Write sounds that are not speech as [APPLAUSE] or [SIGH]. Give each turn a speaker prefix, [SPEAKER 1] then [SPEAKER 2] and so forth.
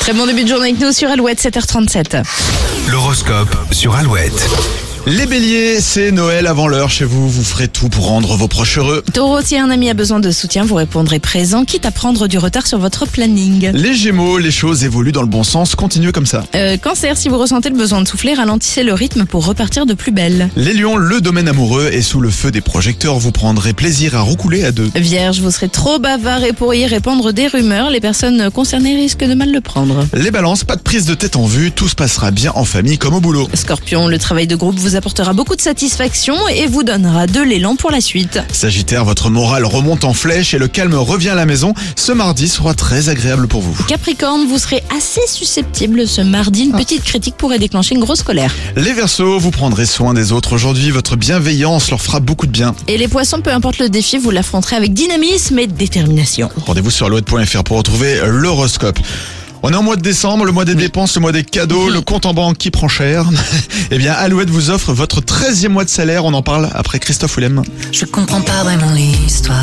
[SPEAKER 1] Très bon début de journée avec nous sur Alouette, 7h37.
[SPEAKER 2] L'horoscope sur Alouette.
[SPEAKER 3] Les béliers, c'est Noël avant l'heure chez vous, vous ferez tout pour rendre vos proches heureux.
[SPEAKER 1] Taureau, si un ami a besoin de soutien, vous répondrez présent, quitte à prendre du retard sur votre planning.
[SPEAKER 3] Les gémeaux, les choses évoluent dans le bon sens, continuez comme ça.
[SPEAKER 1] Euh, cancer, si vous ressentez le besoin de souffler, ralentissez le rythme pour repartir de plus belle.
[SPEAKER 3] Les lions, le domaine amoureux est sous le feu des projecteurs, vous prendrez plaisir à roucouler à deux.
[SPEAKER 1] Vierge, vous serez trop bavard et pourriez répandre des rumeurs. Les personnes concernées risquent de mal le prendre.
[SPEAKER 3] Les balances, pas de prise de tête en vue, tout se passera bien en famille comme au boulot.
[SPEAKER 1] Scorpion, le travail de groupe vous apportera beaucoup de satisfaction et vous donnera de l'élan pour la suite.
[SPEAKER 3] Sagittaire, votre morale remonte en flèche et le calme revient à la maison, ce mardi sera très agréable pour vous.
[SPEAKER 1] Capricorne, vous serez assez susceptible ce mardi. Une petite critique pourrait déclencher une grosse colère.
[SPEAKER 3] Les versos, vous prendrez soin des autres aujourd'hui, votre bienveillance leur fera beaucoup de bien.
[SPEAKER 1] Et les poissons, peu importe le défi, vous l'affronterez avec dynamisme et détermination.
[SPEAKER 3] Rendez-vous sur alouette.fr pour retrouver euh, l'horoscope. On est en mois de décembre, le mois des dépenses, le mois des cadeaux, le compte en banque qui prend cher. [LAUGHS] eh bien, Alouette vous offre votre 13e mois de salaire. On en parle après Christophe Willem.
[SPEAKER 4] Je comprends pas vraiment l'histoire.